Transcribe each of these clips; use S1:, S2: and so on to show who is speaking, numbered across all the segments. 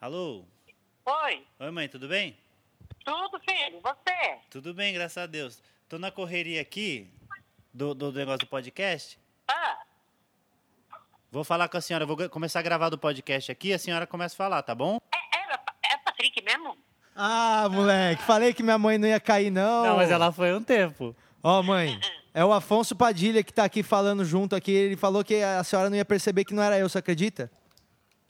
S1: Alô?
S2: Oi,
S1: Oi, mãe, tudo bem?
S2: tudo, filho? Você?
S1: Tudo bem, graças a Deus. Tô na correria aqui do, do negócio do podcast.
S2: Ah,
S1: Vou falar com a senhora, vou gra- começar a gravar do podcast aqui, a senhora começa a falar, tá bom?
S2: é, era, é Patrick mesmo?
S3: Ah, moleque, falei que minha mãe não ia cair, não.
S1: foi um tempo.
S3: Ó, mãe, é o Afonso Padilha que tá aqui falando junto aqui. Ele falou que a senhora não ia perceber que não era eu, você acredita?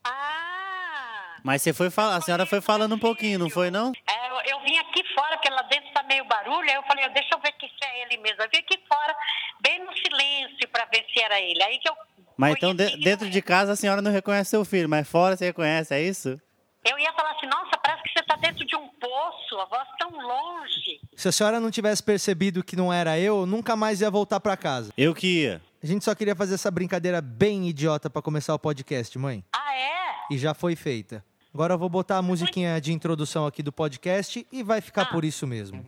S2: Ah,
S1: Mas você foi fal- a senhora foi falando um pouquinho, não foi não?
S2: é, eu, eu vim aqui fora, porque lá dentro tá meio barulho, aí eu falei, deixa eu ver que se é ele mesmo. Eu vim aqui fora, bem no silêncio, pra ver se era ele. Aí que eu. assim, né?
S1: Mas então de-
S2: conheci que
S1: dentro
S2: não
S1: de
S2: era.
S1: casa a senhora não reconhece seu filho, mas fora você reconhece, é isso?
S2: Eu ia falar assim, nossa, parece que você tá dentro de um poço, a voz tão longe.
S3: Se a senhora não tivesse percebido que não era eu, nunca mais ia voltar pra casa.
S1: Eu que ia.
S3: A gente só queria fazer essa brincadeira bem idiota pra começar o podcast, mãe.
S2: Ah, é?
S3: E já foi feita. Agora eu vou botar a musiquinha de introdução aqui do podcast e vai ficar por isso mesmo.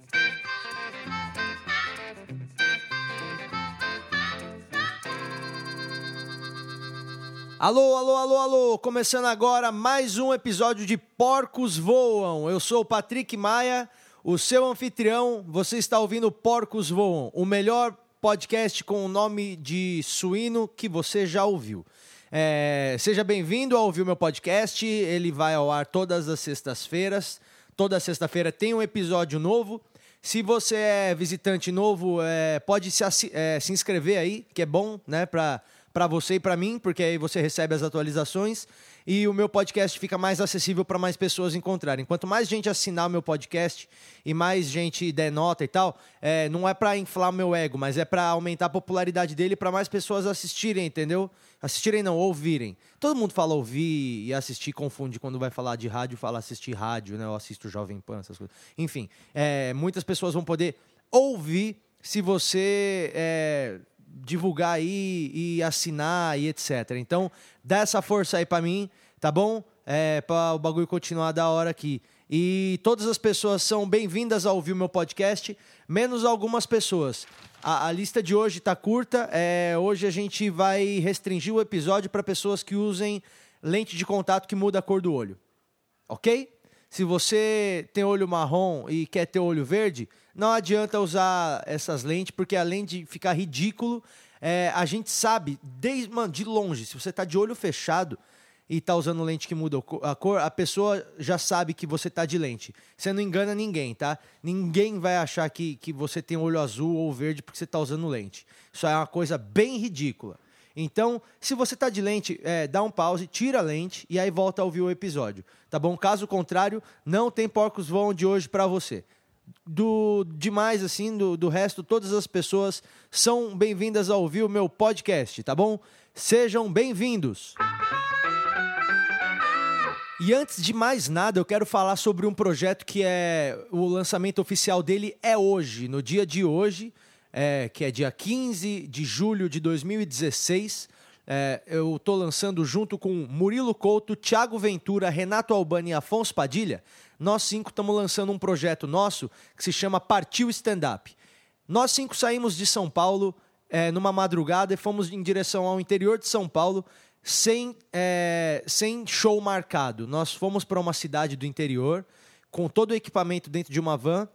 S3: Alô, alô, alô, alô! Começando agora mais um episódio de Porcos Voam. Eu sou o Patrick Maia, o seu anfitrião. Você está ouvindo Porcos Voam, o melhor podcast com o nome de suíno que você já ouviu. É, seja bem-vindo a ouvir o meu podcast. Ele vai ao ar todas as sextas-feiras. Toda sexta-feira tem um episódio novo. Se você é visitante novo, é, pode se, assi- é, se inscrever aí, que é bom, né, pra, pra você e pra mim, porque aí você recebe as atualizações e o meu podcast fica mais acessível pra mais pessoas encontrarem. Quanto mais gente assinar o meu podcast e mais gente der nota e tal, é, não é pra inflar o meu ego, mas é pra aumentar a popularidade dele pra mais pessoas assistirem, entendeu? Assistirem não, ouvirem. Todo mundo fala ouvir e assistir, confunde quando vai falar de rádio, fala assistir rádio, né? Eu assisto Jovem Pan, essas coisas. Enfim, é, muitas pessoas vão poder ouvir se você é, divulgar aí e assinar e etc. Então, dá essa força aí pra mim, tá bom? É, pra o bagulho continuar da hora aqui. E todas as pessoas são bem-vindas a ouvir o meu podcast, menos algumas pessoas. A, a lista de hoje tá curta. É, hoje a gente vai restringir o episódio para pessoas que usem lente de contato que muda a cor do olho. Ok? Se você tem olho marrom e quer ter olho verde, não adianta usar essas lentes, porque além de ficar ridículo, é, a gente sabe, desde, mano, de longe, se você tá de olho fechado e tá usando lente que muda o co- a cor, a pessoa já sabe que você tá de lente. Você não engana ninguém, tá? Ninguém vai achar que, que você tem olho azul ou verde porque você tá usando lente. Isso é uma coisa bem ridícula. Então, se você tá de lente, é, dá um pause, tira a lente e aí volta a ouvir o episódio, tá bom? Caso contrário, não tem porcos vão de hoje pra você. Do demais assim, do, do resto, todas as pessoas são bem-vindas a ouvir o meu podcast, tá bom? Sejam bem-vindos. E antes de mais nada, eu quero falar sobre um projeto que é o lançamento oficial dele é hoje, no dia de hoje, é, que é dia 15 de julho de 2016. É, eu tô lançando junto com Murilo Couto, Thiago Ventura, Renato Albani e Afonso Padilha. Nós cinco estamos lançando um projeto nosso que se chama Partiu Stand Up. Nós cinco saímos de São Paulo é, numa madrugada e fomos em direção ao interior de São Paulo sem, é, sem show marcado. Nós fomos para uma cidade do interior com todo o equipamento dentro de uma van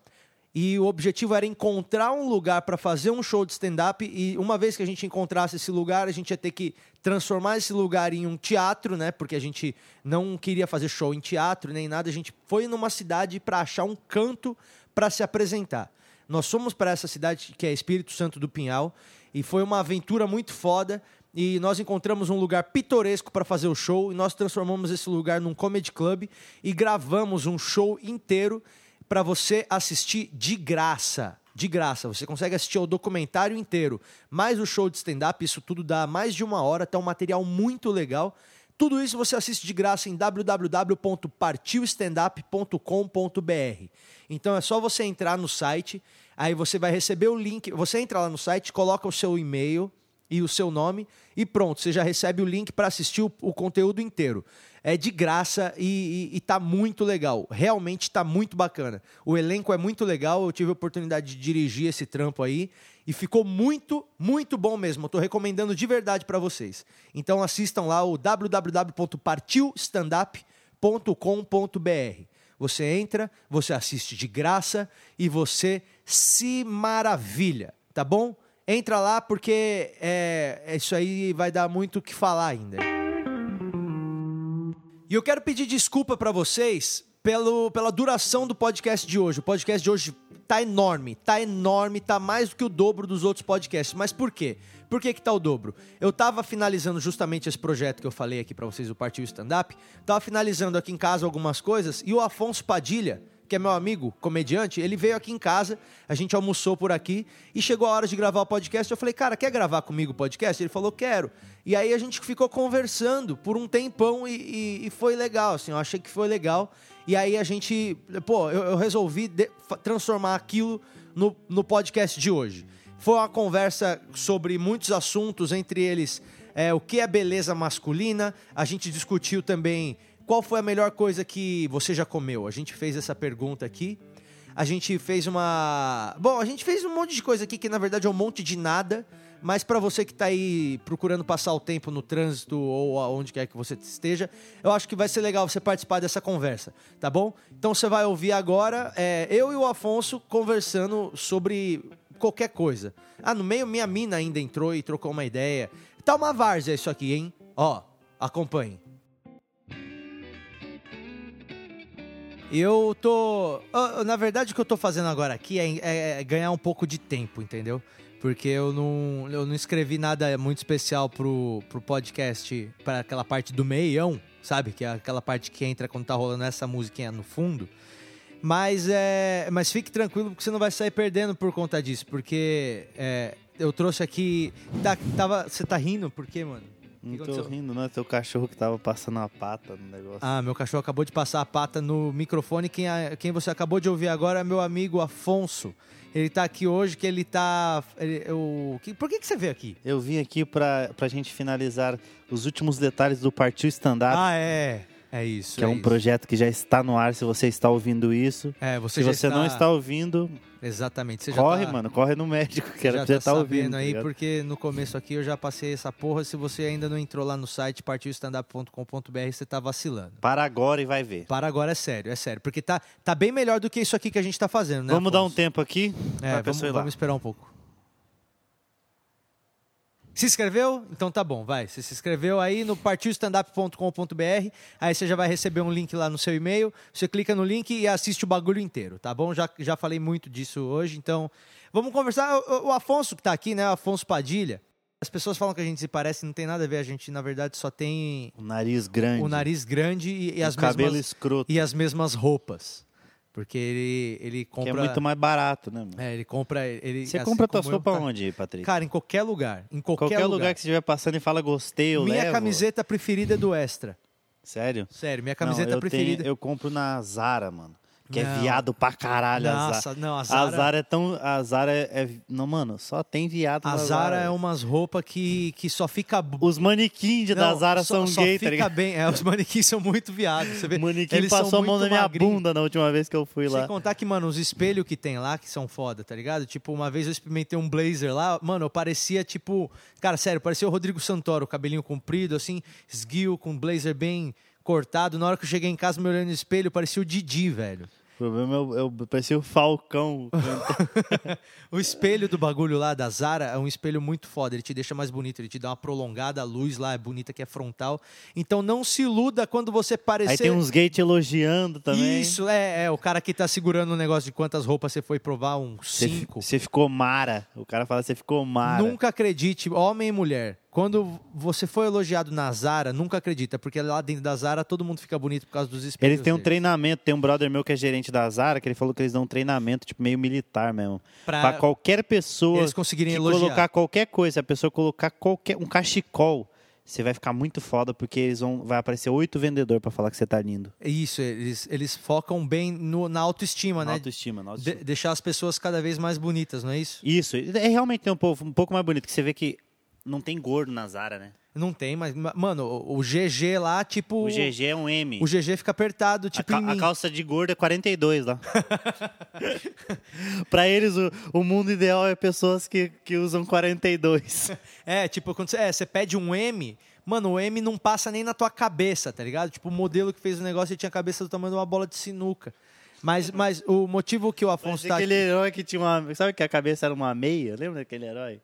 S3: e o objetivo era encontrar um lugar para fazer um show de stand-up e uma vez que a gente encontrasse esse lugar, a gente ia ter que transformar esse lugar em um teatro, né? Porque a gente não queria fazer show em teatro nem nada, a gente foi numa cidade para achar um canto para se apresentar. Nós fomos para essa cidade que é Espírito Santo do Pinhal e foi uma aventura muito foda. E nós encontramos um lugar pitoresco para fazer o show e nós transformamos esse lugar num comedy club e gravamos um show inteiro para você assistir de graça. De graça, você consegue assistir ao documentário inteiro, mais o show de stand-up, isso tudo dá mais de uma hora, tá um material muito legal. Tudo isso você assiste de graça em www.partiustandup.com.br. Então é só você entrar no site, aí você vai receber o link. Você entra lá no site, coloca o seu e-mail e o seu nome e pronto, você já recebe o link para assistir o, o conteúdo inteiro. É de graça e, e, e tá muito legal. Realmente tá muito bacana. O elenco é muito legal. Eu tive a oportunidade de dirigir esse trampo aí e ficou muito, muito bom mesmo. Eu tô recomendando de verdade para vocês. Então assistam lá o www.partiustandup.com.br www.cinemaplus.com.br. Você entra, você assiste de graça e você se maravilha, tá bom? Entra lá porque é, isso aí vai dar muito o que falar ainda. E eu quero pedir desculpa para vocês pelo, pela duração do podcast de hoje. O podcast de hoje tá enorme, tá enorme, tá mais do que o dobro dos outros podcasts. Mas por quê? Por que que tá o dobro? Eu tava finalizando justamente esse projeto que eu falei aqui para vocês, o Partiu Stand Up. Tava finalizando aqui em casa algumas coisas e o Afonso Padilha, que é meu amigo, comediante, ele veio aqui em casa, a gente almoçou por aqui e chegou a hora de gravar o podcast. Eu falei, cara, quer gravar comigo o podcast? Ele falou, quero. E aí a gente ficou conversando por um tempão e, e- e foi legal, assim, eu achei que foi legal. E aí a gente, pô, eu, eu resolvi de- fa- transformar aquilo no, no podcast de hoje. Foi uma conversa sobre muitos assuntos, entre eles é, o que é beleza masculina, a gente discutiu também qual foi a melhor coisa que você já comeu? A gente fez essa pergunta aqui. A gente fez uma. Bom, a gente fez um monte de coisa aqui que na verdade é um monte de nada. Mas pra você que tá aí procurando passar o tempo no trânsito ou aonde quer que você esteja, eu acho que vai ser legal você participar dessa conversa, tá bom? Então você vai ouvir agora é, eu e o Afonso conversando sobre qualquer coisa. Ah, no meio minha mina ainda entrou e trocou uma ideia. Tá uma várzea isso aqui, hein? Ó, acompanhe. Eu tô. ah, Na verdade, o que eu tô fazendo agora aqui é, é- é ganhar um pouco de tempo, entendeu? Porque eu não, eu não escrevi nada muito especial pro, pro podcast, para aquela parte do meião, sabe? Que é aquela parte que entra quando tá rolando essa musiquinha no fundo. Mas é, mas fique tranquilo porque você não vai sair perdendo por conta disso, porque é, eu trouxe aqui. Tá, tava, você tá rindo? Por quê, mano? O que
S1: Não tô
S3: aconteceu?
S1: rindo, não. É teu cachorro que tava passando a pata no negócio.
S3: Ah, meu cachorro acabou de passar a pata no microfone. Quem, a- quem você acabou de ouvir agora é meu amigo Afonso. Ele tá aqui hoje, que ele tá. ele- eu- que- por que, que você veio aqui?
S1: Eu vim aqui pra, pra gente finalizar os últimos detalhes do Partiu Stand Up,
S3: Ah, é. É isso.
S1: que é um
S3: isso.
S1: projeto que já está no ar, se você está ouvindo isso.
S3: É, você
S1: Se
S3: já
S1: você não está ouvindo,
S3: Exatamente. Você já
S1: corre,
S3: tá-
S1: mano, corre no médico, que era
S3: já
S1: pra
S3: tá
S1: você estar
S3: sabendo
S1: ouvindo. tá
S3: aí,
S1: ligado?
S3: porque no começo aqui eu já passei essa porra. Se você ainda não entrou lá no site partiustandup.com.br, você tá vacilando.
S1: Para agora e vai ver.
S3: Para agora é sério, é sério. Porque tá, tá bem melhor do que isso aqui que a gente tá fazendo, né?
S1: vamos dar um
S3: Afonso?
S1: tempo aqui
S3: É,
S1: pra
S3: vamos,
S1: pessoa ir lá.
S3: vamos esperar um pouco. Se inscreveu? Então tá bom, vai. Você se inscreveu aí no partiustandup.com.br, aí você já vai receber um link lá no seu e-mail. Você clica no link e assiste o bagulho inteiro, tá bom? Já, já falei muito disso hoje, então vamos conversar. O, o- o Afonso que tá aqui, né? O Afonso Padilha. As pessoas falam que a gente se parece, não tem nada a ver. A gente, na verdade, só tem
S1: O nariz grande.
S3: o nariz grande e, e
S1: o
S3: as,
S1: cabelo
S3: mesmas,
S1: escroto.
S3: e as mesmas roupas. Porque ele, ele compra.
S1: Que é muito mais barato, né, mano?
S3: É, ele compra. Ele,
S1: Você
S3: assim
S1: compra tua
S3: como eu,
S1: sopa
S3: tá-
S1: onde, Patrick?
S3: Cara, em qualquer lugar. Em qualquer,
S1: Qualquer, lugar. que você estiver passando e fala gostei, eu
S3: Minha
S1: levo.
S3: camiseta preferida é do Extra.
S1: Sério?
S3: Sério, minha
S1: Não,
S3: camiseta
S1: eu
S3: preferida.
S1: tenho- eu compro na Zara, mano. Que
S3: Não.
S1: é viado pra caralho, a Zara.
S3: Nossa, não, a
S1: A
S3: Zara.
S1: Zara é tão. A Zara é. é- Não, mano, só tem viado
S3: a
S1: na
S3: Zara é umas roupas que, que só fica. bu-
S1: Os manequins de da
S3: Não,
S1: Zara
S3: só-
S1: são
S3: só
S1: gay, tá
S3: fica
S1: ligado?
S3: bem. É, os manequins são muito viados. Você vê.
S1: O manequim
S3: Eles são
S1: passou a mão
S3: muito
S1: na minha
S3: magrinhos.
S1: bunda na última vez que eu fui
S3: Sem
S1: lá.
S3: contar que, mano, os espelhos que tem lá, que são foda, tá ligado? Tipo, uma vez eu experimentei um blazer lá, mano, eu parecia tipo. Cara, sério, parecia o Rodrigo Santoro, cabelinho comprido, assim, esguio, com blazer bem cortado. Na hora que eu cheguei em casa, me olhando no espelho, parecia o Didi, velho.
S1: O problema é eu, eu parecia o Falcão.
S3: O espelho do bagulho lá da Zara é um espelho muito foda, ele te deixa mais bonito, ele te dá uma prolongada, a luz lá é bonita que é frontal. Então não se iluda quando você parecer.
S1: Aí tem uns gays te elogiando também.
S3: Isso, é, é, o cara que tá segurando o negócio de quantas roupas você foi provar, um
S1: Você fi-
S3: cinco.
S1: Você ficou mara. O cara fala, você ficou mara.
S3: Nunca acredite, homem e mulher. Quando você for elogiado na Zara, nunca acredita, porque lá dentro da Zara todo mundo fica bonito por causa dos espelhos.
S1: Eles têm um
S3: deles.
S1: treinamento, tem um brother meu que é gerente da Zara, que ele falou que eles dão um treinamento, tipo, meio militar mesmo.
S3: Pra-
S1: Pra, qualquer pessoa
S3: Eles conseguirem
S1: que
S3: elogiar.
S1: colocar qualquer coisa, se a pessoa colocar qualquer um cachecol, você vai ficar muito foda, porque eles vão. Vai aparecer oito vendedores pra falar que você tá lindo.
S3: Isso, eles, eles focam bem no- na autoestima,
S1: Na
S3: né?
S1: autoestima, na
S3: De-
S1: autoestima.
S3: deixar as pessoas cada vez mais bonitas, não é isso?
S1: Isso, é realmente tem um povo um pouco mais bonito, que você vê que não tem gordo na Zara, né?
S3: Não tem, mas, ma- mano, o, o GG lá,
S1: O
S3: tipo.
S1: GG é um M.
S3: o GG fica apertado, tipo,
S1: a,
S3: em
S1: ca- a
S3: mim.
S1: calça de gordo é 42 lá. pra eles, o, o mundo ideal é pessoas que, que usam 42.
S3: É, tipo, quando você, é, você pede um M, Mano, o M não passa nem na tua cabeça, tá ligado? Tipo, o modelo que fez o negócio ele tinha a cabeça do tamanho de uma bola de sinuca. Mas, mas o motivo que o
S1: Mas
S3: Afonso tá
S1: aquele
S3: aqui...
S1: herói que tinha uma. Sabe que a cabeça era uma meia? Lembra daquele herói?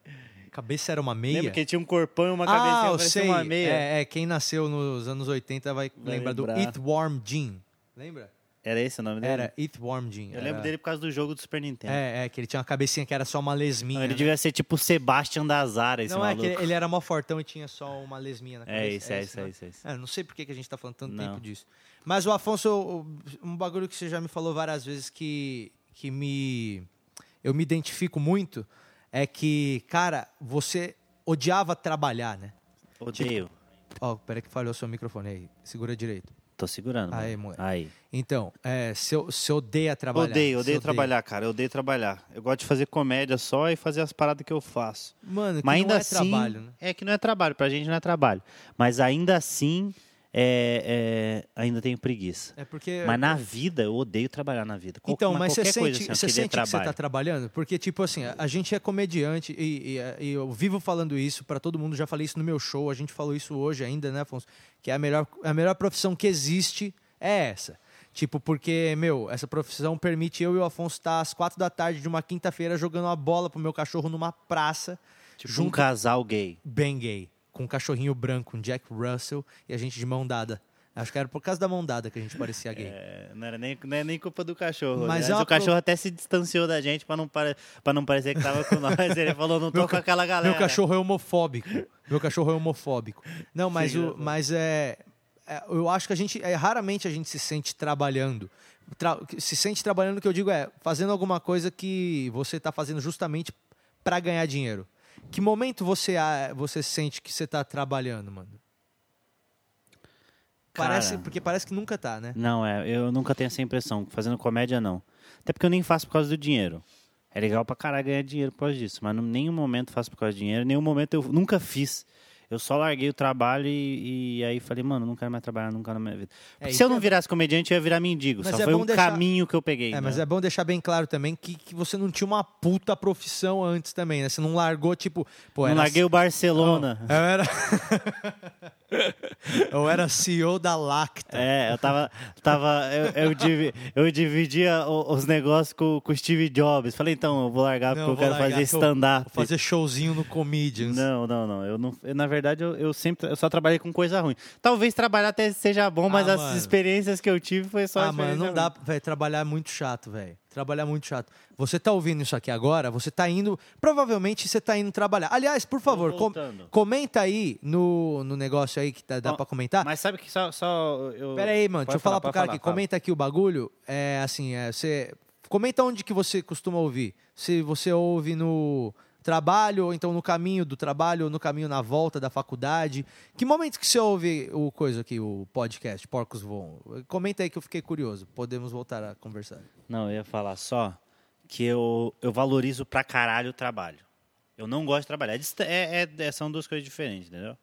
S3: Cabeça era uma meia?
S1: Lembra que ele tinha um corpão e uma
S3: ah,
S1: cabecinha
S3: eu
S1: parecia
S3: sei.
S1: uma meia?
S3: É, é, quem nasceu nos anos 80 vai,
S1: Vai
S3: lembrar do
S1: lembrar.
S3: Eat Warm Jean. Lembra?
S1: Era esse o nome dele?
S3: Era Eat Warm Jean.
S1: Eu lembro
S3: era-
S1: dele por causa do jogo do Super Nintendo.
S3: É, é, que ele tinha uma cabecinha que era só uma lesminha.
S1: Não, ele
S3: né?
S1: devia ser tipo o Sebastian da Zara, esse
S3: Não, é
S1: maluco.
S3: que ele, ele era mó fortão e tinha só uma lesminha na cabeça.
S1: É isso, é isso,
S3: né?
S1: é isso, é isso.
S3: É, não sei por que que a gente tá falando tanto
S1: Não.
S3: tempo disso. Mas o Afonso, o- um bagulho que você já me falou várias vezes que, que me eu me identifico muito é que, cara, você odiava trabalhar, né?
S1: Odeio.
S3: Ó, peraí que falhou o seu microfone aí. Segura direito.
S1: Tô segurando.
S3: Aí,
S1: mano.
S3: moleque.
S1: Aí.
S3: Então, é, se, eu, se odeia trabalhar.
S1: Odeio,
S3: se
S1: odeio trabalhar, cara. Eu odeio trabalhar. Eu gosto de fazer comédia só e fazer as paradas que eu faço.
S3: Mano, que
S1: Mas ainda
S3: não é
S1: assim,
S3: trabalho, né?
S1: é que não é trabalho, pra gente não é trabalho. Mas ainda assim, é, é, ainda tenho preguiça.
S3: É porque
S1: Mas na vida, eu odeio trabalhar na vida. Qual-
S3: Então, mas você
S1: qualquer coisa,
S3: sente,
S1: assim,
S3: você
S1: eu queria
S3: sente que você tá trabalhando? Porque, tipo assim, a, a gente é comediante e, é, e- e eu vivo falando isso pra todo mundo. Já falei isso no meu show, a gente falou isso hoje ainda, né, Afonso? Que a melhor, a melhor profissão que existe é essa. Tipo, porque, meu, essa profissão permite eu e o Afonso estar às quatro da tarde de uma quinta-feira jogando uma bola pro meu cachorro numa praça,
S1: Tipo, um
S3: junto
S1: casal gay.
S3: bem gay, com um cachorrinho branco, um Jack Russell, e a gente de mão dada. Acho que era por causa da mão dada que a gente parecia gay.
S1: É, não era nem, não é nem culpa do cachorro.
S3: Mas
S1: Mas
S3: é uma
S1: o cachorro até se distanciou da gente pra não, pare... pra não parecer que tava com nós. Ele falou, não tô com aquela galera.
S3: Meu cachorro é homofóbico. Meu cachorro é homofóbico. Não, mas, o, mas é, é, Eu acho que a gente. é, raramente a gente se sente trabalhando. Tra- se sente trabalhando, o que eu digo é fazendo alguma coisa que você está fazendo justamente para ganhar dinheiro. Que momento você, a- você sente que você está trabalhando, mano?
S1: Cara.
S3: Parece, porque parece que nunca tá, né?
S1: Não, é, eu nunca tenho essa impressão. Fazendo comédia, não. Até porque eu nem faço por causa do dinheiro. É legal pra caralho ganhar dinheiro por causa disso, mas em nenhum momento faço por causa de dinheiro, em nenhum momento eu nunca fiz. Eu só larguei o trabalho e, e aí falei, mano, não quero mais trabalhar nunca na minha vida.
S3: É,
S1: Porque se eu
S3: então-
S1: não virasse comediante, eu ia virar mendigo.
S3: Mas
S1: só
S3: é
S1: foi
S3: bom
S1: um
S3: deixar-
S1: caminho que eu peguei.
S3: É, mas
S1: né?
S3: é bom deixar bem claro também que, que você não tinha uma puta profissão antes também, né? Você não largou, tipo... Pô,
S1: Não
S3: era
S1: larguei o Barcelona.
S3: Eu era. eu era CEO da Lacta.
S1: É, eu tava. tava eu, eu, divi- eu dividia o- os negócios com, com o Steve Jobs. Falei, então, eu vou largar porque
S3: vou
S1: eu quero
S3: largar,
S1: fazer
S3: que eu-
S1: stand-up.
S3: vou Fazer showzinho no Comedians.
S1: Não, não, não. Eu não eu, na verdade, eu, eu sempre eu só trabalhei com coisa ruim. Talvez trabalhar até seja bom, mas
S3: Ah,
S1: as
S3: mano.
S1: experiências que eu tive foi só
S3: ah,
S1: experiência
S3: mano, não
S1: ruim.
S3: dá, velho. Trabalhar é muito chato, velho. Trabalhar é muito chato. Você tá ouvindo isso aqui agora, você tá indo. Provavelmente você tá indo trabalhar. Aliás, por favor, com-
S1: voltando.
S3: comenta aí no, no negócio aí que tá- dá
S1: Ó,
S3: pra comentar.
S1: Mas sabe que só. só eu...
S3: Pera aí,
S1: Pode
S3: mano, deixa eu falar, pro
S1: pode
S3: cara
S1: falar,
S3: aqui.
S1: fala.
S3: Comenta aqui o bagulho. É assim, é, você. Comenta onde que você costuma ouvir. Se você ouve no trabalho, ou então no caminho do trabalho, ou no caminho na volta da faculdade. Que momento que você ouve o coisa aqui, o podcast, Porcos Voam? Comenta aí que eu fiquei curioso. Podemos voltar a conversar.
S1: Não, eu ia falar só que eu, eu valorizo pra caralho o trabalho. Eu não gosto de trabalhar. É dista- É, é- é- são duas coisas diferentes, entendeu?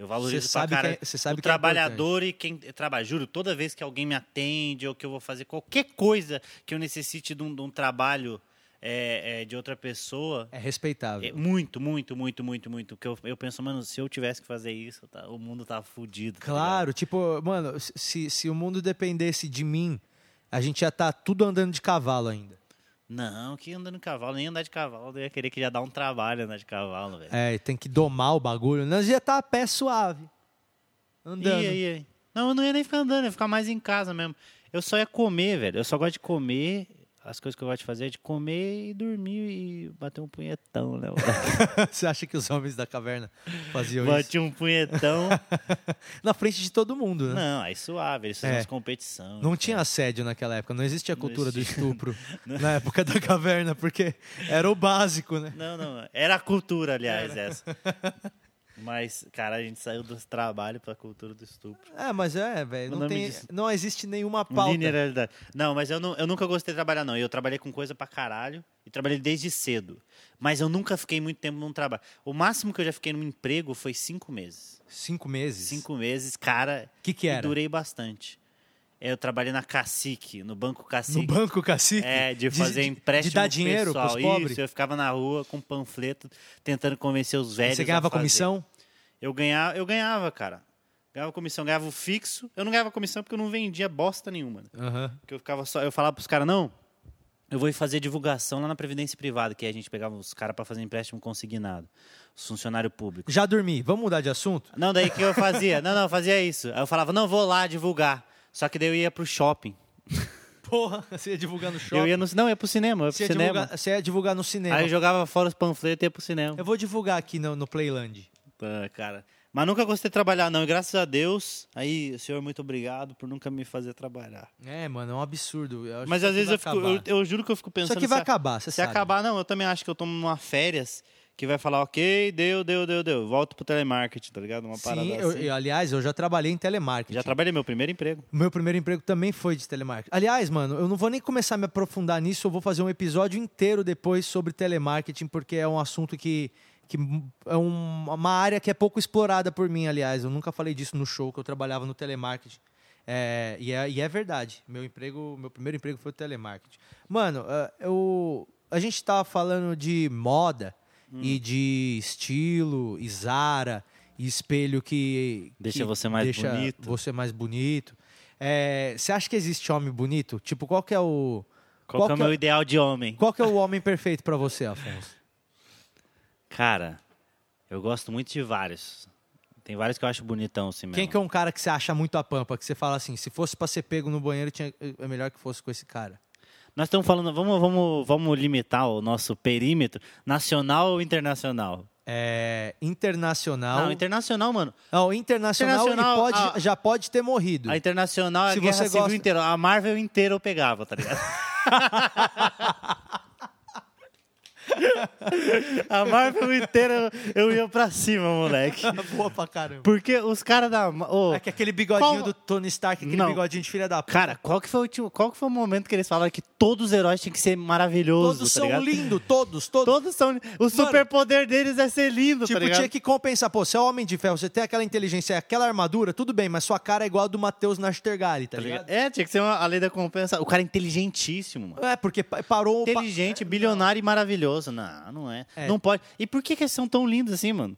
S1: Eu valorizo
S3: Você
S1: pra
S3: sabe que é-
S1: caralho
S3: você sabe
S1: o
S3: que é
S1: trabalhador e quem trabalha. Juro, toda vez que alguém me atende ou que eu vou fazer qualquer coisa que eu necessite de um, de um trabalho é, é, de outra pessoa,
S3: É respeitável.
S1: é muito, muito, muito, muito, muito. Que eu, eu penso, mano, se eu tivesse que fazer isso, tá- o mundo tá fudido. tá ligado?
S3: Claro, tipo, mano, se, se o mundo dependesse de mim, a gente já tá tudo andando de cavalo ainda.
S1: não, que andando de cavalo, nem andar de cavalo. Eu ia querer que já dá um trabalho andar de cavalo, velho.
S3: É, tem que domar o bagulho. Nós já tá a pé suave. Andando.
S1: Ia, ia. Não, eu não ia nem ficar andando, eu ia ficar mais em casa mesmo. Eu só ia comer, velho. Eu só gosto de comer. As coisas que eu gosto de fazer é de comer e dormir e bater um punhetão, né? moleque?
S3: Você acha que os homens da caverna faziam isso?
S1: Bati um punhetão.
S3: Na frente de todo mundo, né?
S1: não, aí suave, eles faziam
S3: É.
S1: as competições. né?
S3: Não, tinha assédio naquela época, não existia a cultura do
S1: existia.
S3: estupro na época da caverna, porque era o básico, né?
S1: Não, não. Era a cultura, aliás, essa. Mas, cara, a gente saiu do trabalho pra cultura do estupro.
S3: É, mas é, velho,
S1: O
S3: não,
S1: nome
S3: tem,
S1: disso-
S3: não existe nenhuma
S1: Um
S3: pauta.
S1: Linearidade. Não, mas eu, não, eu nunca gostei de trabalhar, não. Eu trabalhei com coisa pra caralho e trabalhei desde cedo. Mas eu nunca fiquei muito tempo num trabalho. O máximo que eu já fiquei num emprego foi cinco meses.
S3: Cinco meses?
S1: Cinco meses, cara.
S3: Que que
S1: e
S3: era?
S1: durei bastante. É, Eu trabalhei na Cacique, no Banco Cacique.
S3: No banco cacique?
S1: É, de fazer
S3: de-
S1: empréstimo
S3: De dar dinheiro
S1: pessoal.
S3: pros pobres?
S1: Isso, eu ficava na rua com panfleto, tentando convencer os velhos.
S3: Você
S1: a
S3: ganhava
S1: fazer.
S3: comissão?
S1: Eu ganhava, eu ganhava, cara. Ganhava comissão, ganhava o fixo. Eu não ganhava comissão porque eu não vendia bosta nenhuma. né?
S3: Aham.
S1: Porque eu ficava só, eu falava pros caras, não, eu vou fazer divulgação lá na Previdência Privada, que aí a gente pegava os caras para fazer empréstimo consignado. Os funcionário público.
S3: Já dormi. Vamos mudar de assunto?
S1: Não, daí o que eu fazia? Não, não, eu fazia isso. Aí eu falava, não, vou lá divulgar. Só que daí eu ia pro shopping.
S3: Porra, você ia divulgar no shopping.
S1: Eu ia no, não, eu ia pro cinema, eu ia pro
S3: você, ia
S1: cinema.
S3: divulgar, você ia divulgar no cinema.
S1: Aí eu jogava fora os panfletos e ia pro cinema.
S3: Eu vou divulgar aqui no, no Playland.
S1: Pô, cara. Mas nunca gostei de trabalhar, não. E graças a Deus, aí, senhor, muito obrigado por nunca me fazer trabalhar.
S3: É, mano, é um absurdo. acho
S1: Mas
S3: que
S1: às
S3: isso
S1: vezes eu,
S3: vai
S1: fico, eu,
S3: acabar.
S1: eu juro que eu fico pensando...
S3: Isso aqui vai
S1: se a-
S3: acabar, Ah, você
S1: Se
S3: sabe.
S1: acabar, não, eu também acho que eu tomo uma férias que vai falar, ok, deu, deu, deu, deu. Volto pro telemarketing, tá ligado? Uma parada
S3: Sim, eu-
S1: assim.
S3: eu- aliás, eu já trabalhei em telemarketing.
S1: Já trabalhei meu primeiro emprego.
S3: O meu primeiro emprego também foi de telemarketing. Aliás, mano, eu não vou nem começar a me aprofundar nisso, eu vou fazer um episódio inteiro depois sobre telemarketing, porque é um assunto que, que é um- uma área que é pouco explorada por mim, aliás. Eu nunca falei disso no show, que eu trabalhava no telemarketing. É, e, é, e é verdade. Meu emprego, meu primeiro emprego foi o telemarketing. Mano, ah, eu, a gente tava falando de moda
S1: Hum.
S3: e de estilo, e Zara, e espelho que...
S1: Deixa
S3: que
S1: você mais bonito.
S3: você mais bonito. É, você acha que existe homem bonito? Tipo, qual que é o.
S1: Qual, que é o meu ideal de homem?
S3: qual que é o homem perfeito pra você, Afonso?
S1: Cara, eu gosto muito de vários. Tem vários que eu acho bonitão assim mesmo.
S3: Quem que é um cara que você acha muito a pampa? Que você fala assim, se fosse pra ser pego no banheiro, tinha, é melhor que fosse com esse cara.
S1: Nós estamos falando, vamos, vamos, vamos limitar o nosso perímetro nacional ou internacional?
S3: É, internacional.
S1: Não, internacional, mano.
S3: Não, internacional,
S1: Internacional,
S3: ele pode,
S1: ah,
S3: já pode ter morrido.
S1: A internacional é
S3: Se
S1: a guerra
S3: você
S1: civil
S3: gosta-
S1: inteira. A Marvel inteira eu pegava, tá ligado? a Marvel inteira eu eu ia pra cima, moleque.
S3: Ah, Boa pra caramba.
S1: Porque os caras da. Ma- ô,
S3: É que aquele bigodinho
S1: Qual-
S3: do Tony Stark, aquele
S1: Não.
S3: bigodinho de filha da p.
S1: Cara, qual que, foi o último, qual que foi o momento que eles falaram que todos os heróis tinham que ser maravilhosos,
S3: Todos
S1: tá
S3: são
S1: ligado?
S3: lindos, todos, todos.
S1: Todos são. O superpoder deles é ser lindo,
S3: Tipo,
S1: tá ligado?
S3: tinha que compensar. Pô, você é homem de ferro, você tem aquela inteligência e aquela armadura, tudo bem, mas sua cara é igual a do Matheus Nastergali, tá,
S1: Tá
S3: ligado?
S1: ligado? É, tinha que ser uma, a lei da compensa. O cara é inteligentíssimo, mano.
S3: É, porque pa- parou. pa-
S1: Inteligente, bilionário e maravilhoso. Não, não é.
S3: É.
S1: Não pode. E por que, que eles são tão lindos assim, mano?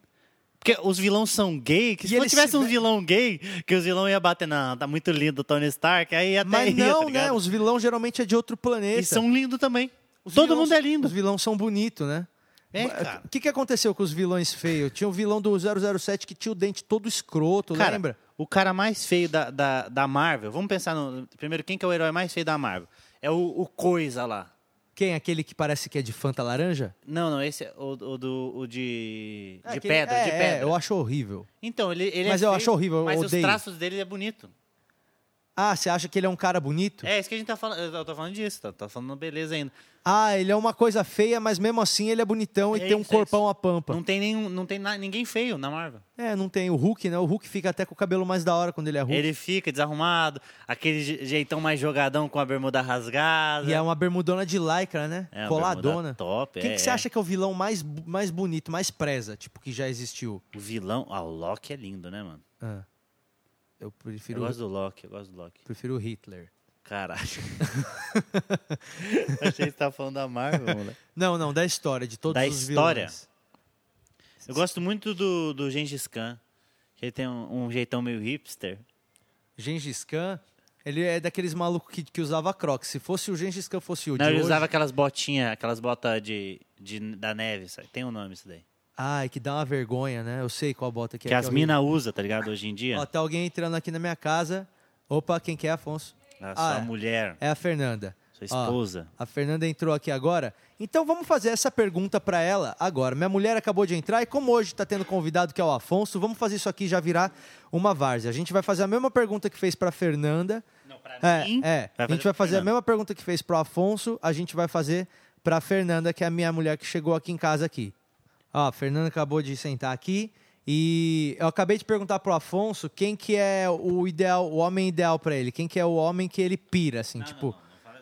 S1: Porque os vilões são gay? Que
S3: E
S1: se não
S3: eles
S1: tivesse
S3: se
S1: um
S3: ve-
S1: vilão gay, que os vilões iam bater, não, tá muito lindo o Tony Stark, aí até
S3: Mas
S1: ia,
S3: não,
S1: tá
S3: né?
S1: ligado?
S3: Os vilões geralmente é de outro planeta.
S1: E são lindos também.
S3: Os
S1: Todo
S3: vilões-
S1: mundo é lindo.
S3: Os vilões são bonitos, né?
S1: É,
S3: Mas,
S1: cara.
S3: O que, que aconteceu com os vilões feios? Tinha o vilão do 007 que tinha o dente todo escroto,
S1: Cara,
S3: lembra?
S1: o cara mais feio da, da, da Marvel, vamos pensar no... Primeiro, quem que é o herói mais feio da Marvel? É o, o Coisa lá.
S3: Quem? Aquele que parece que é de Fanta Laranja?
S1: Não, não, esse é o, o do, o de,
S3: É,
S1: de
S3: aquele-
S1: pedra,
S3: é,
S1: de
S3: é,
S1: pedra.
S3: eu acho horrível.
S1: Então, ele, ele
S3: Mas
S1: é
S3: eu
S1: feio,
S3: acho horrível, eu
S1: Mas os
S3: odeio.
S1: traços dele é bonito.
S3: Ah, você acha que ele é um cara bonito?
S1: É, isso que a gente tá falando. Eu tô falando disso, tá, tá falando beleza ainda.
S3: Ah, ele é uma coisa feia, mas mesmo assim ele é bonitão e
S1: É
S3: tem um
S1: isso, é
S3: corpão
S1: isso.
S3: a pampa.
S1: Não tem nenhum. Não tem na- ninguém feio na Marvel.
S3: É, não tem. O Hulk, né? O Hulk fica até com o cabelo mais da hora quando ele é Hulk.
S1: Ele fica desarrumado, aquele je- jeitão mais jogadão com a bermuda rasgada.
S3: E é uma bermudona de lycra, né?
S1: né? É, uma
S3: Coladona.
S1: bermuda top,
S3: Quem
S1: é,
S3: que você
S1: é.
S3: acha que é o vilão mais, bu- mais bonito, mais preza, tipo, que já existiu?
S1: O vilão. Ah, o Loki é lindo, né, mano?
S3: Ah, eu
S1: Eu
S3: prefiro,
S1: gosto do Loki, eu gosto do Loki.
S3: prefiro o Hitler.
S1: Caralho. Achei que você tava falando da Marvel, moleque.
S3: Não, não, da história, de todos
S1: Da
S3: os
S1: história?
S3: vilões.
S1: Eu gosto muito do, do Gengis Khan. que Ele tem um, um jeitão meio hipster.
S3: Gengis Khan, ele é daqueles malucos que, que usava crocs. Se fosse o Gengis Khan, fosse o
S1: Não,
S3: de
S1: ele
S3: hoje-
S1: usava aquelas botinhas, aquelas botas de, de, da neve, sabe? Tem um nome isso daí.
S3: Ai, que dá uma vergonha, né? Eu sei qual bota que,
S1: Que,
S3: é.
S1: as
S3: é
S1: minas usam, tá ligado? Hoje em
S3: horrível.
S1: dia.
S3: Ó, tá alguém entrando aqui na minha casa. Opa, quem que é, Afonso?
S1: A
S3: Ah,
S1: sua
S3: é.
S1: mulher,
S3: É a Fernanda.
S1: sua
S3: Ó,
S1: esposa.
S3: A Fernanda entrou aqui agora. Então vamos fazer essa pergunta pra ela agora. Minha mulher acabou de entrar e como hoje tá tendo convidado que é o Afonso, vamos fazer isso aqui já virar uma várzea. A gente vai fazer a mesma pergunta que fez pra Fernanda.
S1: Não, pra
S3: É,
S1: mim,
S3: é.
S1: vai fazer pra
S3: a gente vai fazer a
S1: Fernanda.
S3: mesma pergunta que fez pro Afonso, a gente vai fazer pra Fernanda, que é a minha mulher que chegou aqui em casa aqui. Ó, a Fernanda acabou de sentar aqui e eu acabei de perguntar pro Afonso quem que é o ideal, o homem ideal pra ele, quem que é o homem que ele pira assim, tipo,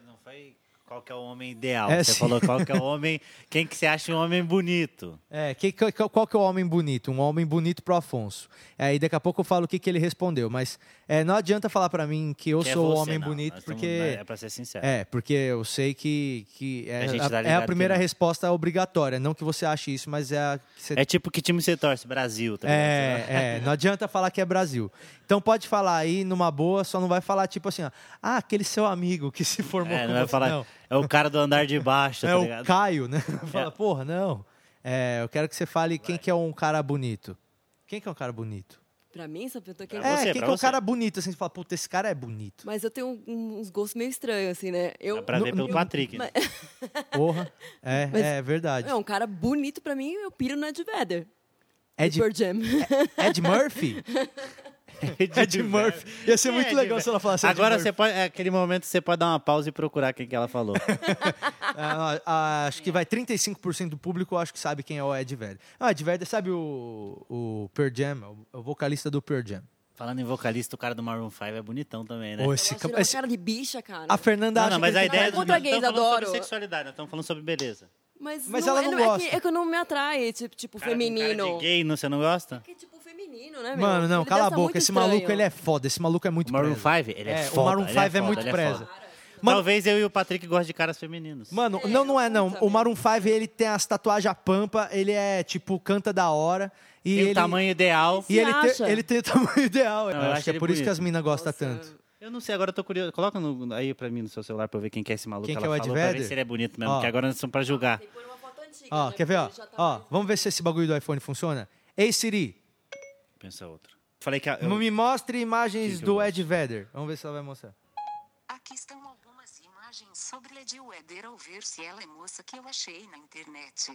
S1: não, foi Qual que é o homem ideal?
S3: É,
S1: você
S3: sim.
S1: falou qual que é o homem. Quem que você acha um homem bonito?
S3: É, que, que- que- qual que é o homem bonito? Um homem bonito pro Afonso. É, e daqui a pouco eu falo o que, que ele respondeu, mas é, não adianta falar pra mim que eu
S1: Que é
S3: sou o
S1: você,
S3: homem
S1: não.
S3: bonito,
S1: Nós estamos-
S3: porque.
S1: É pra ser sincero.
S3: É, porque eu sei que, que é,
S1: A gente tá
S3: a, é
S1: ligado
S3: a
S1: que
S3: primeira
S1: não.
S3: resposta obrigatória. Não que você ache isso, mas é a que você
S1: É tipo que time você torce? Brasil, tá ligado? Sei lá.
S3: É, é, não adianta falar que é Brasil. Então pode falar aí numa boa, só não vai falar tipo assim, ó, ah, aquele seu amigo que se formou
S1: É,
S3: com
S1: não vai
S3: você."
S1: falar.
S3: Não,
S1: É o cara do andar de baixo,
S3: é
S1: tá
S3: o
S1: ligado?
S3: Caio, né? Fala, porra, não. É, eu quero que você fale quem que é um cara bonito. Quem que é um cara bonito?
S4: Pra mim, essa pergunta quem
S1: Pra
S3: é,
S1: você,
S3: quem
S1: pra
S3: que é um
S1: você.
S3: cara bonito? Assim, você fala, puta, esse cara é bonito.
S4: Mas eu tenho um- uns gostos meio estranhos, assim, né? Eu,
S1: Dá É pra
S3: No-
S1: ver pelo
S3: no-
S1: Patrick. né?
S3: Porra. É,
S4: Mas-
S3: é verdade.
S4: é, um cara bonito pra mim, eu piro no Ed Vedder.
S3: Ed,
S4: do Pearl Jam.
S3: É Ed Murphy? Ed Murphy. Ia ser muito
S1: Ed
S3: legal
S1: É, Murphy.
S3: se ela falasse Ed
S1: Agora
S3: Murphy.
S1: você pode. É aquele momento que você pode dar uma pausa e procurar quem que ela falou.
S3: Ah, ah, acho que vai 35% do público acho que sabe quem é o Ed Vedder. Ah, Ed Vedder sabe o, o Pearl Jam, É o, o vocalista do Pearl Jam.
S1: Falando em vocalista, o cara do Maroon 5 é bonitão também, né?
S3: Ô,
S4: Esse
S3: esse
S4: cara,
S3: ca- esse-
S4: é um cara de bicha, cara.
S3: a Fernanda
S1: Não,
S3: acha
S1: não, mas
S3: que
S1: a
S3: ele é tem-
S1: ideia é
S4: nada
S1: do
S4: contra gays,
S1: estamos falando
S4: adoro.
S1: sobre sexualidade, nós estamos falando sobre beleza.
S4: Mas,
S3: Mas
S4: não,
S3: ela
S4: é-
S3: não
S4: é,
S3: gosta.
S4: que, é que eu não me atrai, tipo, tipo
S1: Cara com
S4: feminino.
S1: Cara de gay, não, você não gosta?
S4: É tipo feminino, né, meu?
S3: Mano, não,
S4: Ele
S3: cala a
S4: dança muito
S3: boca. Esse
S4: estranho.
S3: maluco, ele é foda. Esse maluco é muito
S1: O Maroon
S3: preso.
S1: 5, ele é,
S3: É, o
S1: foda.
S3: Maroon
S1: ele
S3: 5 é
S1: foda,
S3: muito
S1: ele
S3: presa.
S1: foda.
S3: Mano-
S1: Talvez eu e o Patrick gostem de caras femininos.
S3: Mano,
S4: É,
S3: não, não é
S4: eu
S3: não.
S4: também.
S3: O Maroon 5, ele tem as tatuagens à pampa, ele é, tipo, canta da hora. E
S1: Tem
S3: ele,
S1: o tamanho ideal.
S4: Se
S3: e ele, tem-
S4: acha.
S3: ele tem o tamanho ideal.
S1: Não,
S3: eu
S1: eu
S3: acho
S1: acho
S3: que é
S1: ele
S3: por isso que
S1: bonito.
S3: as minas gostam
S4: Nossa,
S3: tanto.
S1: Eu não sei, agora eu tô curioso. Coloca no- aí pra mim no seu celular pra eu ver quem que é esse maluco
S3: Quem
S1: que
S3: que
S1: ela
S3: é o Ed
S1: falou, pra ver
S3: Vedder?
S1: se ele é bonito mesmo,
S3: Ó.
S1: porque agora nós estamos pra julgar.
S4: Tem que pôr uma foto antiga,
S3: Ó,
S4: né,
S3: quer ver, ó?
S4: porque ele já tá
S3: Ó,
S4: mais-
S3: vamos ver se esse bagulho do iPhone funciona. Ei, Siri,
S1: Pensa outro. Falei que a, eu-
S3: Não me mostre imagens
S1: Que que
S3: do
S1: eu
S3: Ed Vedder. Vamos ver se ela vai mostrar.
S5: Aqui estão algumas imagens sobre Ed Wedder ao ver se ela é moça que eu achei na internet.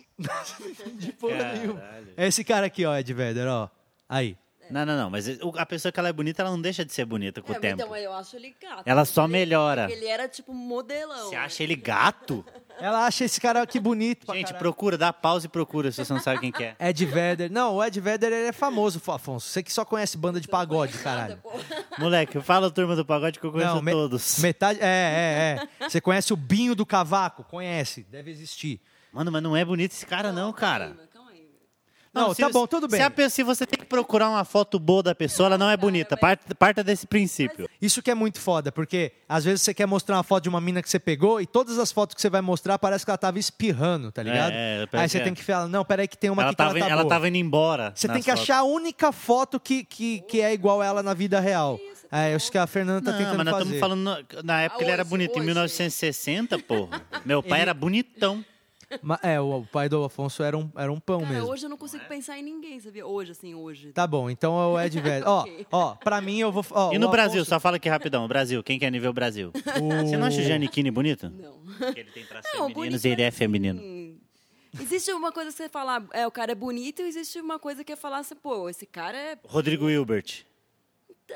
S3: De porra
S1: Caralho.
S3: nenhuma. É esse cara aqui, ó, Ed Vedder, ó. Aí.
S1: Não, não, não. Mas o- a pessoa que ela é bonita, ela não deixa de ser bonita com
S4: É,
S1: o tempo.
S4: Então, eu acho ele gato.
S1: Ela só
S4: Ele-
S1: melhora.
S4: Ele era, tipo, modelão.
S1: Você
S4: né?
S1: acha ele gato?
S3: Ela acha esse cara aqui bonito pra
S1: Gente,
S3: caralho.
S1: procura, dá pausa e procura se você não sabe quem que é.
S3: Ed Vedder. Não, o Ed Vedder ele é famoso, Fo- Afonso. Você que só conhece banda de pagode,
S4: Nada,
S3: caralho.
S4: pô.
S1: Moleque, fala turma do pagode que eu conheço
S3: me-
S1: todos.
S3: Metade. É, é, é. Você conhece o Binho do Cavaco? Conhece, deve existir.
S1: Mano, mas não é bonito esse cara, não, cara.
S4: Calma aí, meu.
S3: Não,
S1: se-
S3: tá bom, tudo bem.
S1: Se, a pe- se você tem que procurar uma foto boa da pessoa, ela não é bonita. Parta, parta desse princípio.
S3: Isso que é muito foda, porque às vezes você quer mostrar uma foto de uma mina que você pegou e todas as fotos que você vai mostrar parece que ela tava espirrando, tá ligado?
S1: é, parece
S3: aí você
S1: que é.
S3: tem que falar, não, peraí que tem uma
S1: Ela
S3: aqui que
S1: tava,
S3: ela tá
S1: ela
S3: boa.
S1: tava indo embora.
S3: Você
S1: na
S3: tem que
S1: foto.
S3: achar a única foto que, que, que é igual ela na vida real. É, eu acho que a Fernanda tá
S1: Não,
S3: tentando
S1: mas nós
S3: fazer.
S1: estamos falando na- na época
S4: Ah,
S1: ele era
S4: hoje,
S1: bonito, em
S4: hoje.
S1: 1960, porra. Meu pai era bonitão.
S3: Ma- é, o, o pai do Afonso era um, era um pão
S4: Cara,
S3: mesmo.
S4: hoje eu não consigo pensar em ninguém, sabia? Hoje, assim, hoje.
S3: Tá bom, então é o Ed Velho. Ó,
S4: Ok.
S3: ó, pra mim eu vou. ó,
S1: E
S3: o
S1: no Brasil,
S3: Afonso-
S1: só fala aqui rapidão, Brasil, quem que é nível Brasil? Você não acha o Giannichini bonito?
S4: Não.
S1: Porque ele tem traços
S4: Não,
S1: femininos
S4: bonito
S1: e ele é
S4: assim.
S1: feminino.
S4: Existe uma coisa que você falar, é, o cara é bonito, e existe uma coisa que é falar assim, pô, esse cara é.
S1: Rodrigo Hilbert.
S4: tá,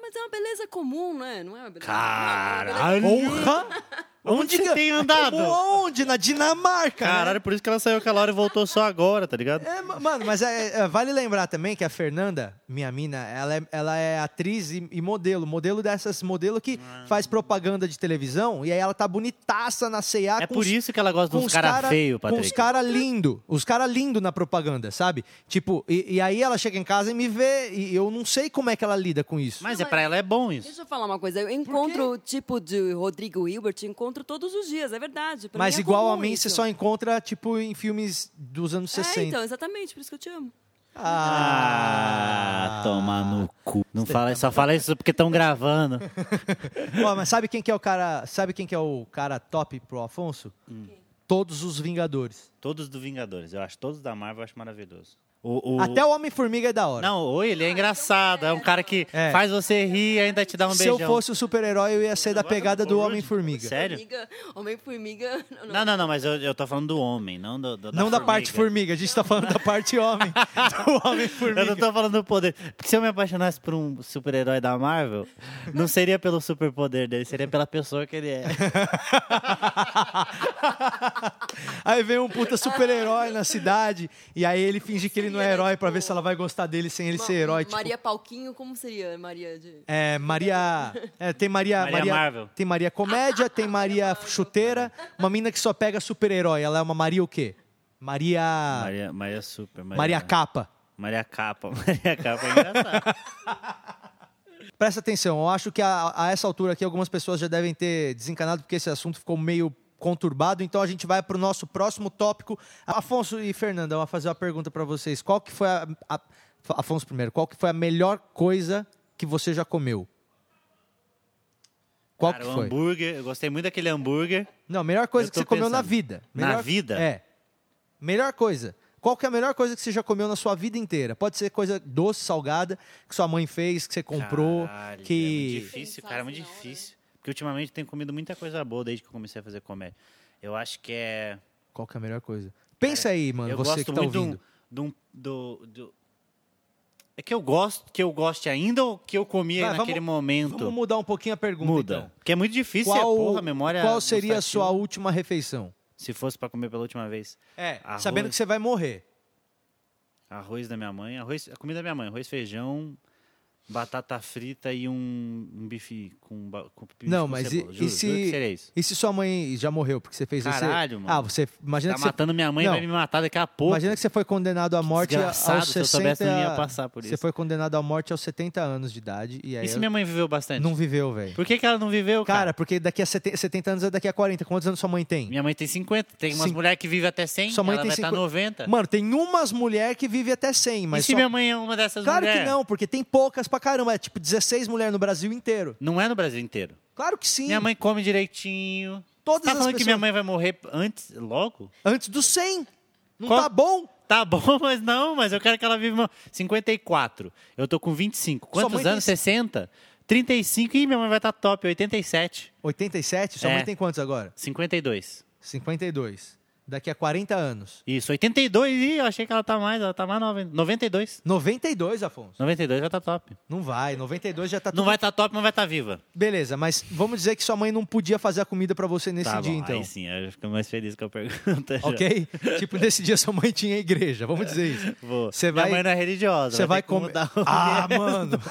S4: mas é uma beleza comum, né? Não é uma beleza.
S1: Caralho!
S3: Porra!
S1: Onde
S3: que-
S1: você tem andado?
S3: Onde? Na Dinamarca! né?
S1: Caralho, por isso que ela saiu aquela hora e voltou só agora, tá ligado?
S3: É, ma- mano, mas é- é, vale lembrar também que a Fernanda, minha mina, ela é, ela é atriz e, e modelo. Modelo dessas modelo que
S1: Ah.
S3: faz propaganda de televisão e aí ela tá bonitaça na C&A
S1: É
S3: com
S1: por
S3: os-
S1: isso que ela gosta
S3: com
S1: dos
S3: os
S1: caras
S3: cara-
S1: feios,
S3: Com
S1: Patrick.
S3: os caras lindo, os caras lindo na propaganda, sabe? Tipo, e, e aí ela chega em casa e me vê e eu não sei como é que ela lida com isso.
S1: Mas é pra ela é bom isso.
S4: Deixa eu falar uma coisa. Eu encontro o tipo de Rodrigo Hilbert, encontro todos os dias, é verdade. Pra
S3: Mas
S4: mim é
S3: igual a
S4: comum
S3: mim,
S4: isso.
S3: você só encontra, tipo, em filmes dos anos
S4: É,
S3: 60.
S4: então, exatamente, por isso que eu te amo.
S1: Ah, toma no cu. tá Não fala, só fala isso porque estão gravando.
S3: Ó, mas sabe quem que é o cara? Sabe quem que é o cara top pro Afonso? Todos os Vingadores.
S1: Todos do Vingadores, eu acho, todos da Marvel eu acho maravilhoso. O, o-
S3: Até o Homem Formiga é da hora.
S1: Não, oi, ele é engraçado. É um cara que
S3: É.
S1: faz você rir e ainda te dá um
S3: Se
S1: beijão. é
S3: eu fosse o super-herói, eu ia ser da
S1: Agora
S3: pegada
S1: eu vou
S3: do
S1: rude.
S3: Homem Formiga.
S1: Sério?
S4: Formiga, Homem-formiga. Não, não.
S1: Não, não, não, mas eu, eu tô falando do homem, não do, do-
S3: Não da parte formiga, a gente tá falando da parte homem. do
S1: Eu
S3: Homem
S1: não
S3: Formiga.
S1: tô falando do poder. Porque se eu me apaixonasse por um super-herói da Marvel, não seria pelo superpoder dele, seria pela pessoa que ele é.
S3: aí vem um puta super-herói na cidade e aí ele finge que ele não é herói pra ver se ela vai gostar dele sem ele
S4: Ma-
S3: ser herói. Tipo,
S4: Maria Palquinho, como seria Maria de...
S3: É, Maria. é, tem Maria,
S1: Maria Marvel.
S3: Tem Maria Comédia, tem Maria Chuteira. Uma mina que só pega super-herói. Ela é uma Maria o quê? Maria. Maria,
S1: Maria, Maria Super. Maria,
S3: Capa.
S1: Maria Capa. Maria Capa é engraçado.
S3: Presta atenção, eu acho que a, a essa altura aqui algumas pessoas já devem ter desencanado porque esse assunto ficou meio conturbado, então a gente vai pro nosso próximo tópico. Afonso e Fernanda, eu vou fazer uma pergunta pra vocês. Qual que foi a, a- Afonso primeiro, qual que foi a melhor coisa que você já comeu? Qual
S1: Cara,
S3: que
S1: o
S3: foi?
S1: hambúrguer. Eu gostei muito daquele hambúrguer.
S3: Não, a melhor coisa
S1: Eu
S3: que você
S1: tô
S3: comeu na
S1: pensando.
S3: vida.
S1: Na
S3: Melhor-
S1: vida?
S3: É. Melhor coisa. Qual que é a melhor coisa que você já comeu na sua vida inteira? Pode ser coisa doce, salgada, que sua mãe fez, que você comprou,
S1: Caralho, É muito
S3: que...
S1: difícil, cara, é muito difícil. Porque ultimamente eu tenho comido muita coisa boa desde que eu comecei a fazer comédia. Eu acho que é.
S3: Qual que é a melhor coisa? Pensa aí, mano,
S1: eu
S3: você
S1: gosto
S3: que tá
S1: muito de um-
S3: ouvindo.
S1: de um- do, do- É que eu gosto, que eu goste ainda ou que eu comia
S3: Vai,
S1: naquele
S3: vamos-
S1: momento.
S3: Vamos mudar um pouquinho a pergunta,
S1: Muda.
S3: então.
S1: Porque é muito difícil, é,
S3: Qual,
S1: porra, a memória.
S3: qual seria a
S1: gustativa.
S3: sua última refeição?
S1: Se fosse pra comer pela última vez.
S3: É,
S1: Arroz.
S3: sabendo que você vai morrer.
S1: Arroz da minha mãe, arroz, a comida da minha mãe, arroz, feijão, batata frita e um, um bife com, ba- com bife
S3: Não,
S1: com
S3: mas e,
S1: cebola.
S3: e
S1: Juro,
S3: se,
S1: juro que seria isso.
S3: e se sua mãe já morreu porque você fez
S1: Caralho,
S3: isso?
S1: mano.
S3: Ah, você imagina
S1: Tá
S3: que você
S1: matando minha mãe,
S3: Não.
S1: vai me matar daqui a pouco.
S3: Imagina que você foi condenado à morte aos
S1: desgraçado,
S3: 60...
S1: se eu soubesse, eu não ia passar por
S3: Você
S1: isso.
S3: foi condenado à morte aos 70 anos de idade e aí
S1: E se minha mãe viveu bastante?
S3: não viveu, velho.
S1: Por que, que ela não viveu,
S3: Cara,
S1: cara?
S3: porque daqui a 70, 70 anos é daqui a 40. Quantos anos sua mãe tem?
S1: Minha mãe tem 50. Tem umas
S3: Sim.
S1: mulheres que vivem até 100,
S3: Sua mãe
S1: ela
S3: tem
S1: vai estar
S3: 50.
S1: 90.
S3: Mano, tem umas mulheres que vivem até 100, mas
S1: e se
S3: só-
S1: minha mãe é uma dessas
S3: Claro
S1: mulheres?
S3: que não, porque tem poucas pra caramba. É tipo 16 mulheres no Brasil inteiro.
S1: Não é no Brasil inteiro.
S3: Claro que sim.
S1: Minha mãe come direitinho.
S3: Todas
S1: tá
S3: as
S1: falando que
S3: pessoas-
S1: minha mãe vai morrer antes, logo?
S3: Antes do 100. Não
S1: Qual-
S3: tá bom?
S1: Tá bom, mas não, mas eu quero que ela viva uma- 54. Eu tô com 25.
S3: Sua mãe
S1: Quantos
S3: tem
S1: anos?
S3: c-
S1: 60? 35. Ih, minha mãe vai estar top, 87.
S3: 87? Sua
S1: É.
S3: mãe tem quantos agora?
S1: 52.
S3: 52. Daqui a 40 anos.
S1: Isso, 82. Ih, eu achei que ela tá mais, ela tá mais nova. ainda. 92.
S3: 92, Afonso.
S1: 92 vai estar tá top.
S3: Não vai, 92 já tá
S1: Não
S3: tudo
S1: vai estar top, mas vai estar viva.
S3: Beleza, mas vamos dizer que sua mãe não podia fazer a comida pra você nesse
S1: tá
S3: dia,
S1: bom,
S3: então.
S1: Aí sim, eu fico mais feliz com a pergunta. já.
S3: Ok? tipo, nesse dia sua mãe tinha igreja, vamos dizer isso.
S1: Vou.
S3: Você
S1: Minha
S3: vai,
S1: mãe não é religiosa.
S3: você vai
S1: ter que
S3: comer.
S1: mudar o-
S3: Ah, mano!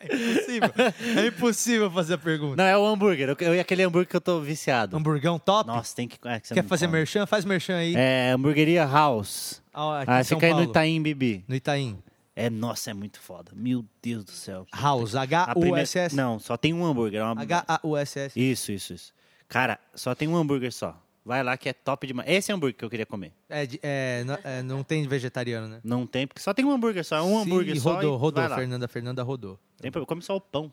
S3: É impossível. É impossível fazer a pergunta.
S1: Não, é o hambúrguer. Eu, eu- aquele hambúrguer que eu tô viciado.
S3: Hamburgão top?
S1: Nossa, tem que. é que você
S3: Quer
S1: não
S3: fazer
S1: come.
S3: merchan? Faz merchan aí.
S1: É, hamburgueria House.
S3: Ah, aqui em
S1: Ah,
S3: São
S1: fica aí no
S3: Paulo.
S1: Itaim Bibi.
S3: No Itaim.
S1: É, nossa, é muito foda. Meu Deus do céu.
S3: House.
S1: A primeira-
S3: H-U-S-S.
S1: Não, só tem um hambúrguer. é uma-
S3: H-A-U-S-S.
S1: Isso, isso, isso. Cara, só tem um hambúrguer só. Vai lá que é top demais. Esse é o hambúrguer que eu queria comer.
S3: É, de- é, n- é, não tem vegetariano, né?
S1: Não tem, porque só tem um hambúrguer só. É um
S3: Sim,
S1: hambúrguer só.
S3: rodou,
S1: e
S3: rodou.
S1: vai lá.
S3: Fernanda, Fernanda rodou.
S1: Tem problema, come só o pão.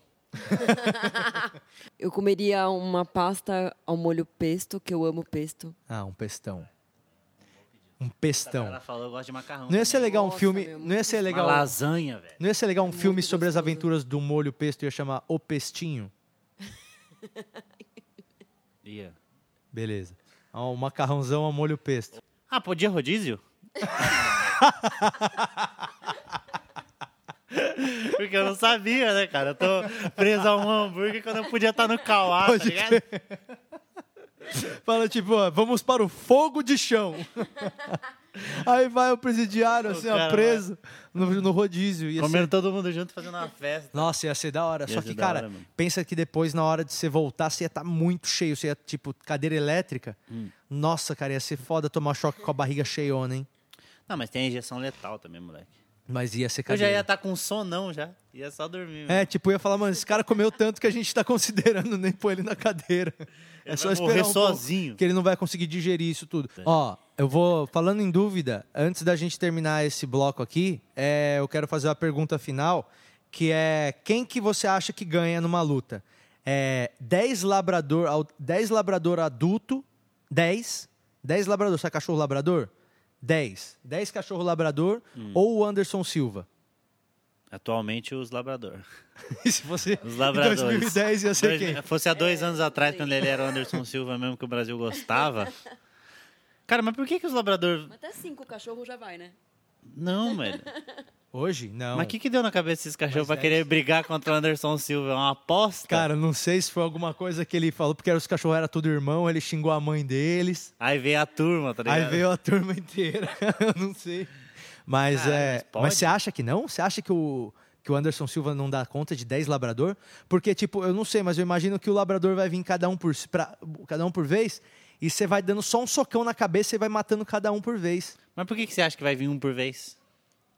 S4: Eu comeria uma pasta ao molho pesto, que eu amo pesto.
S3: Ah, um pestão. Um
S1: Ela
S3: pestão.
S1: falou, eu gosto de macarrão.
S3: Não ia ser legal um
S4: Nossa,
S3: filme,
S4: meu,
S3: não ia ser
S1: Uma
S3: legal,
S1: lasanha, velho.
S3: não ia ser legal um filme sobre as aventuras do molho pesto ia chamar O Pestinho.
S1: Ia.
S3: Beleza. Ah, um macarrãozão ao molho pesto.
S1: Ah, podia rodízio? Porque eu não sabia, né, cara? Eu tô preso a um hambúrguer quando eu podia estar no Kauá, tá
S3: Pode
S1: ligado?
S3: Fala tipo, ó, vamos para o fogo de chão. Aí vai o presidiário assim, ó,
S1: cara
S3: preso no, no rodízio. Ia ser-
S1: Comendo todo mundo junto, fazendo uma festa.
S3: Nossa, ia ser da hora.
S1: Ia
S3: Só
S1: ser
S3: que,
S1: da
S3: cara,
S1: hora mesmo.
S3: pensa que depois, na hora de você voltar, você ia estar muito cheio. Você ia, tipo, cadeira elétrica.
S1: Hum.
S3: Nossa, cara, ia ser foda tomar choque com a barriga cheiona, hein?
S1: Não, mas tem a injeção letal também, moleque.
S3: Mas ia ser
S1: Eu já
S3: cadeira.
S1: ia estar com sonão já. Ia só dormir.
S3: É, tipo, ia falar, mano, esse cara comeu tanto que a gente tá considerando nem pôr ele na cadeira. é
S1: Ele
S3: só
S1: vai
S3: esperar
S1: morrer
S3: um pouco,
S1: sozinho. É.
S3: que ele não vai conseguir digerir isso tudo. Ó, eu vou falando em dúvida, antes da gente terminar esse bloco aqui, é, eu quero fazer uma pergunta final, que é quem que você acha que ganha numa luta? É 10 labrador, ao- 10 labrador adulto, 10, 10 labrador, sabe cachorro labrador? 10, 10 cachorro labrador
S1: Hum.
S3: ou o Anderson Silva?
S1: Atualmente os labrador.
S3: E se você
S1: Os labradores.
S3: em 2010 ia ser
S1: Dois-
S3: quem?
S1: Fosse há dois anos atrás, quando ele era o Anderson Silva mesmo, que o Brasil gostava. Cara, mas por que, que os labrador...
S4: Até cinco cachorros já vai, né?
S1: Não, velho.
S3: Hoje? Não.
S1: Mas o que, que deu na cabeça desses cachorros pra
S3: deve
S1: querer brigar contra o Anderson Silva? É uma aposta?
S3: é. Cara, não sei se foi alguma coisa que ele falou, porque os cachorros eram tudo irmão, ele xingou a mãe deles.
S1: Aí veio a turma, tá ligado?
S3: Aí veio a turma inteira, eu não sei. Mas
S1: Cara, mas
S3: é. Mas,
S1: pode?
S3: você acha que não? Você acha que o, que o Anderson Silva não dá conta de 10 labrador? Porque, tipo, eu não sei, mas eu imagino que o labrador vai vir cada um por, si- pra- cada um por vez e você vai dando só um socão na cabeça e vai matando cada um por vez.
S1: Mas por que, que você acha que vai vir um por vez?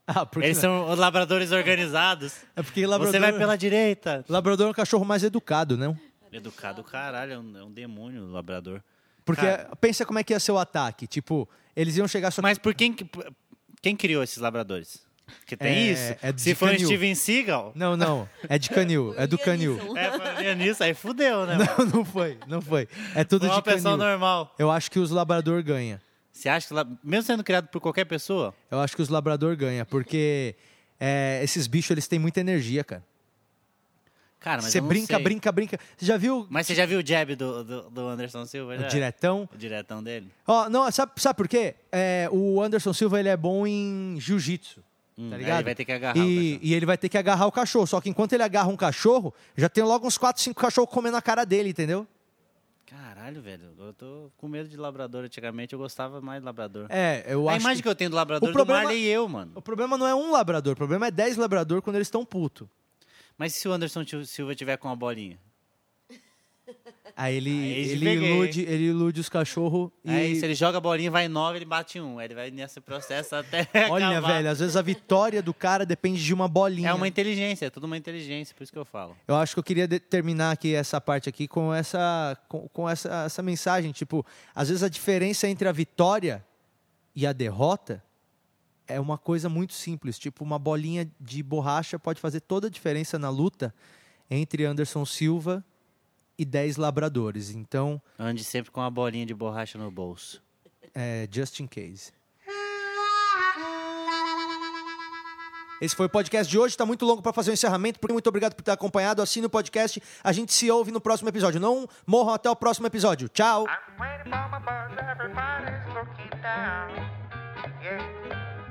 S3: Ah, porque.
S1: Eles são os labradores organizados.
S3: É porque labrador,
S1: Você vai pela direita.
S3: labrador é um cachorro mais educado, né?
S1: Educado, caralho, é um, é um demônio o labrador.
S3: Porque
S1: Cara.
S3: pensa como é que ia ser o ataque. Tipo, eles iam chegar só.
S1: Mas por quem que- por- quem criou esses labradores? Porque tem
S3: É-
S1: isso.
S3: é de
S1: Se for
S3: canil.
S1: Steven Seagal,
S3: Não, não. É de canil. É do canil.
S1: é, fazia nisso, aí fudeu, né? mano?
S3: Não, não foi. Não foi. É tudo
S1: Foi uma
S3: de
S1: pessoa
S3: canil.
S1: normal.
S3: Eu acho que os labrador ganha.
S1: Você acha que, lab- mesmo sendo criado por qualquer pessoa,
S3: Eu acho que os labrador ganha, porque é, esses bichos eles têm muita energia, cara.
S1: cara, Ah, mas
S3: Você
S1: eu não
S3: brinca,
S1: sei.
S3: brinca, brinca. Você já viu
S1: Mas você já viu o jab do, do, do Anderson Silva?
S3: o
S1: já?
S3: diretão?
S1: O diretão dele?
S3: Ó, não, sabe, sabe por quê? É, o Anderson Silva ele é bom em jiu-jitsu.
S1: Hum,
S3: Tá
S1: aí
S3: ligado?
S1: ele vai ter que agarrar o
S3: e,
S1: cachorro.
S3: e ele vai ter que agarrar o cachorro. Só que enquanto ele agarra um cachorro, já tem logo uns 4, 5 cachorros comendo a cara dele, entendeu?
S1: Caralho, velho. Eu tô com medo de labrador antigamente. Eu gostava mais de labrador.
S3: É, eu
S1: a
S3: acho.
S1: imagem que...
S3: que-
S1: eu tenho do labrador
S3: O
S1: é
S3: problema-
S1: do Marley e eu, mano.
S3: O problema não é um labrador, o problema é 10 labrador quando eles estão puto.
S1: Mas se o Anderson Tio- Silva tiver com a bolinha?
S3: Aí ele,
S1: Aí te
S3: ele,
S1: peguei.
S3: ilude, ele ilude os cachorros e.
S1: Aí se ele joga a bolinha, vai em nove, ele bate em um. Aí ele vai nesse processo até
S3: Olha,
S1: acabar.
S3: velho, assim, né? às vezes a vitória do cara depende de uma bolinha.
S1: É uma inteligência, é tudo uma inteligência, por isso que eu falo.
S3: Eu acho que eu queria de- terminar aqui essa parte aqui com essa com, com essa, essa mensagem, tipo, às vezes a diferença entre a vitória e a derrota é uma coisa muito simples, tipo uma bolinha de borracha pode fazer toda a diferença na luta entre Anderson Silva e 10 labradores. Então,
S1: Ande sempre com uma bolinha de borracha no bolso.
S3: é, just in case. Esse foi o podcast de hoje. Tá muito longo para fazer o encerramento, porque muito obrigado por ter acompanhado. Assine o podcast. A gente se ouve no próximo episódio. Não morram até o próximo episódio. Tchau.
S6: I'm waiting for my bus, everybody's looking down. Yeah.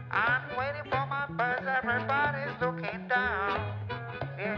S6: I'm waiting for my bus, everybody's looking down. Yeah.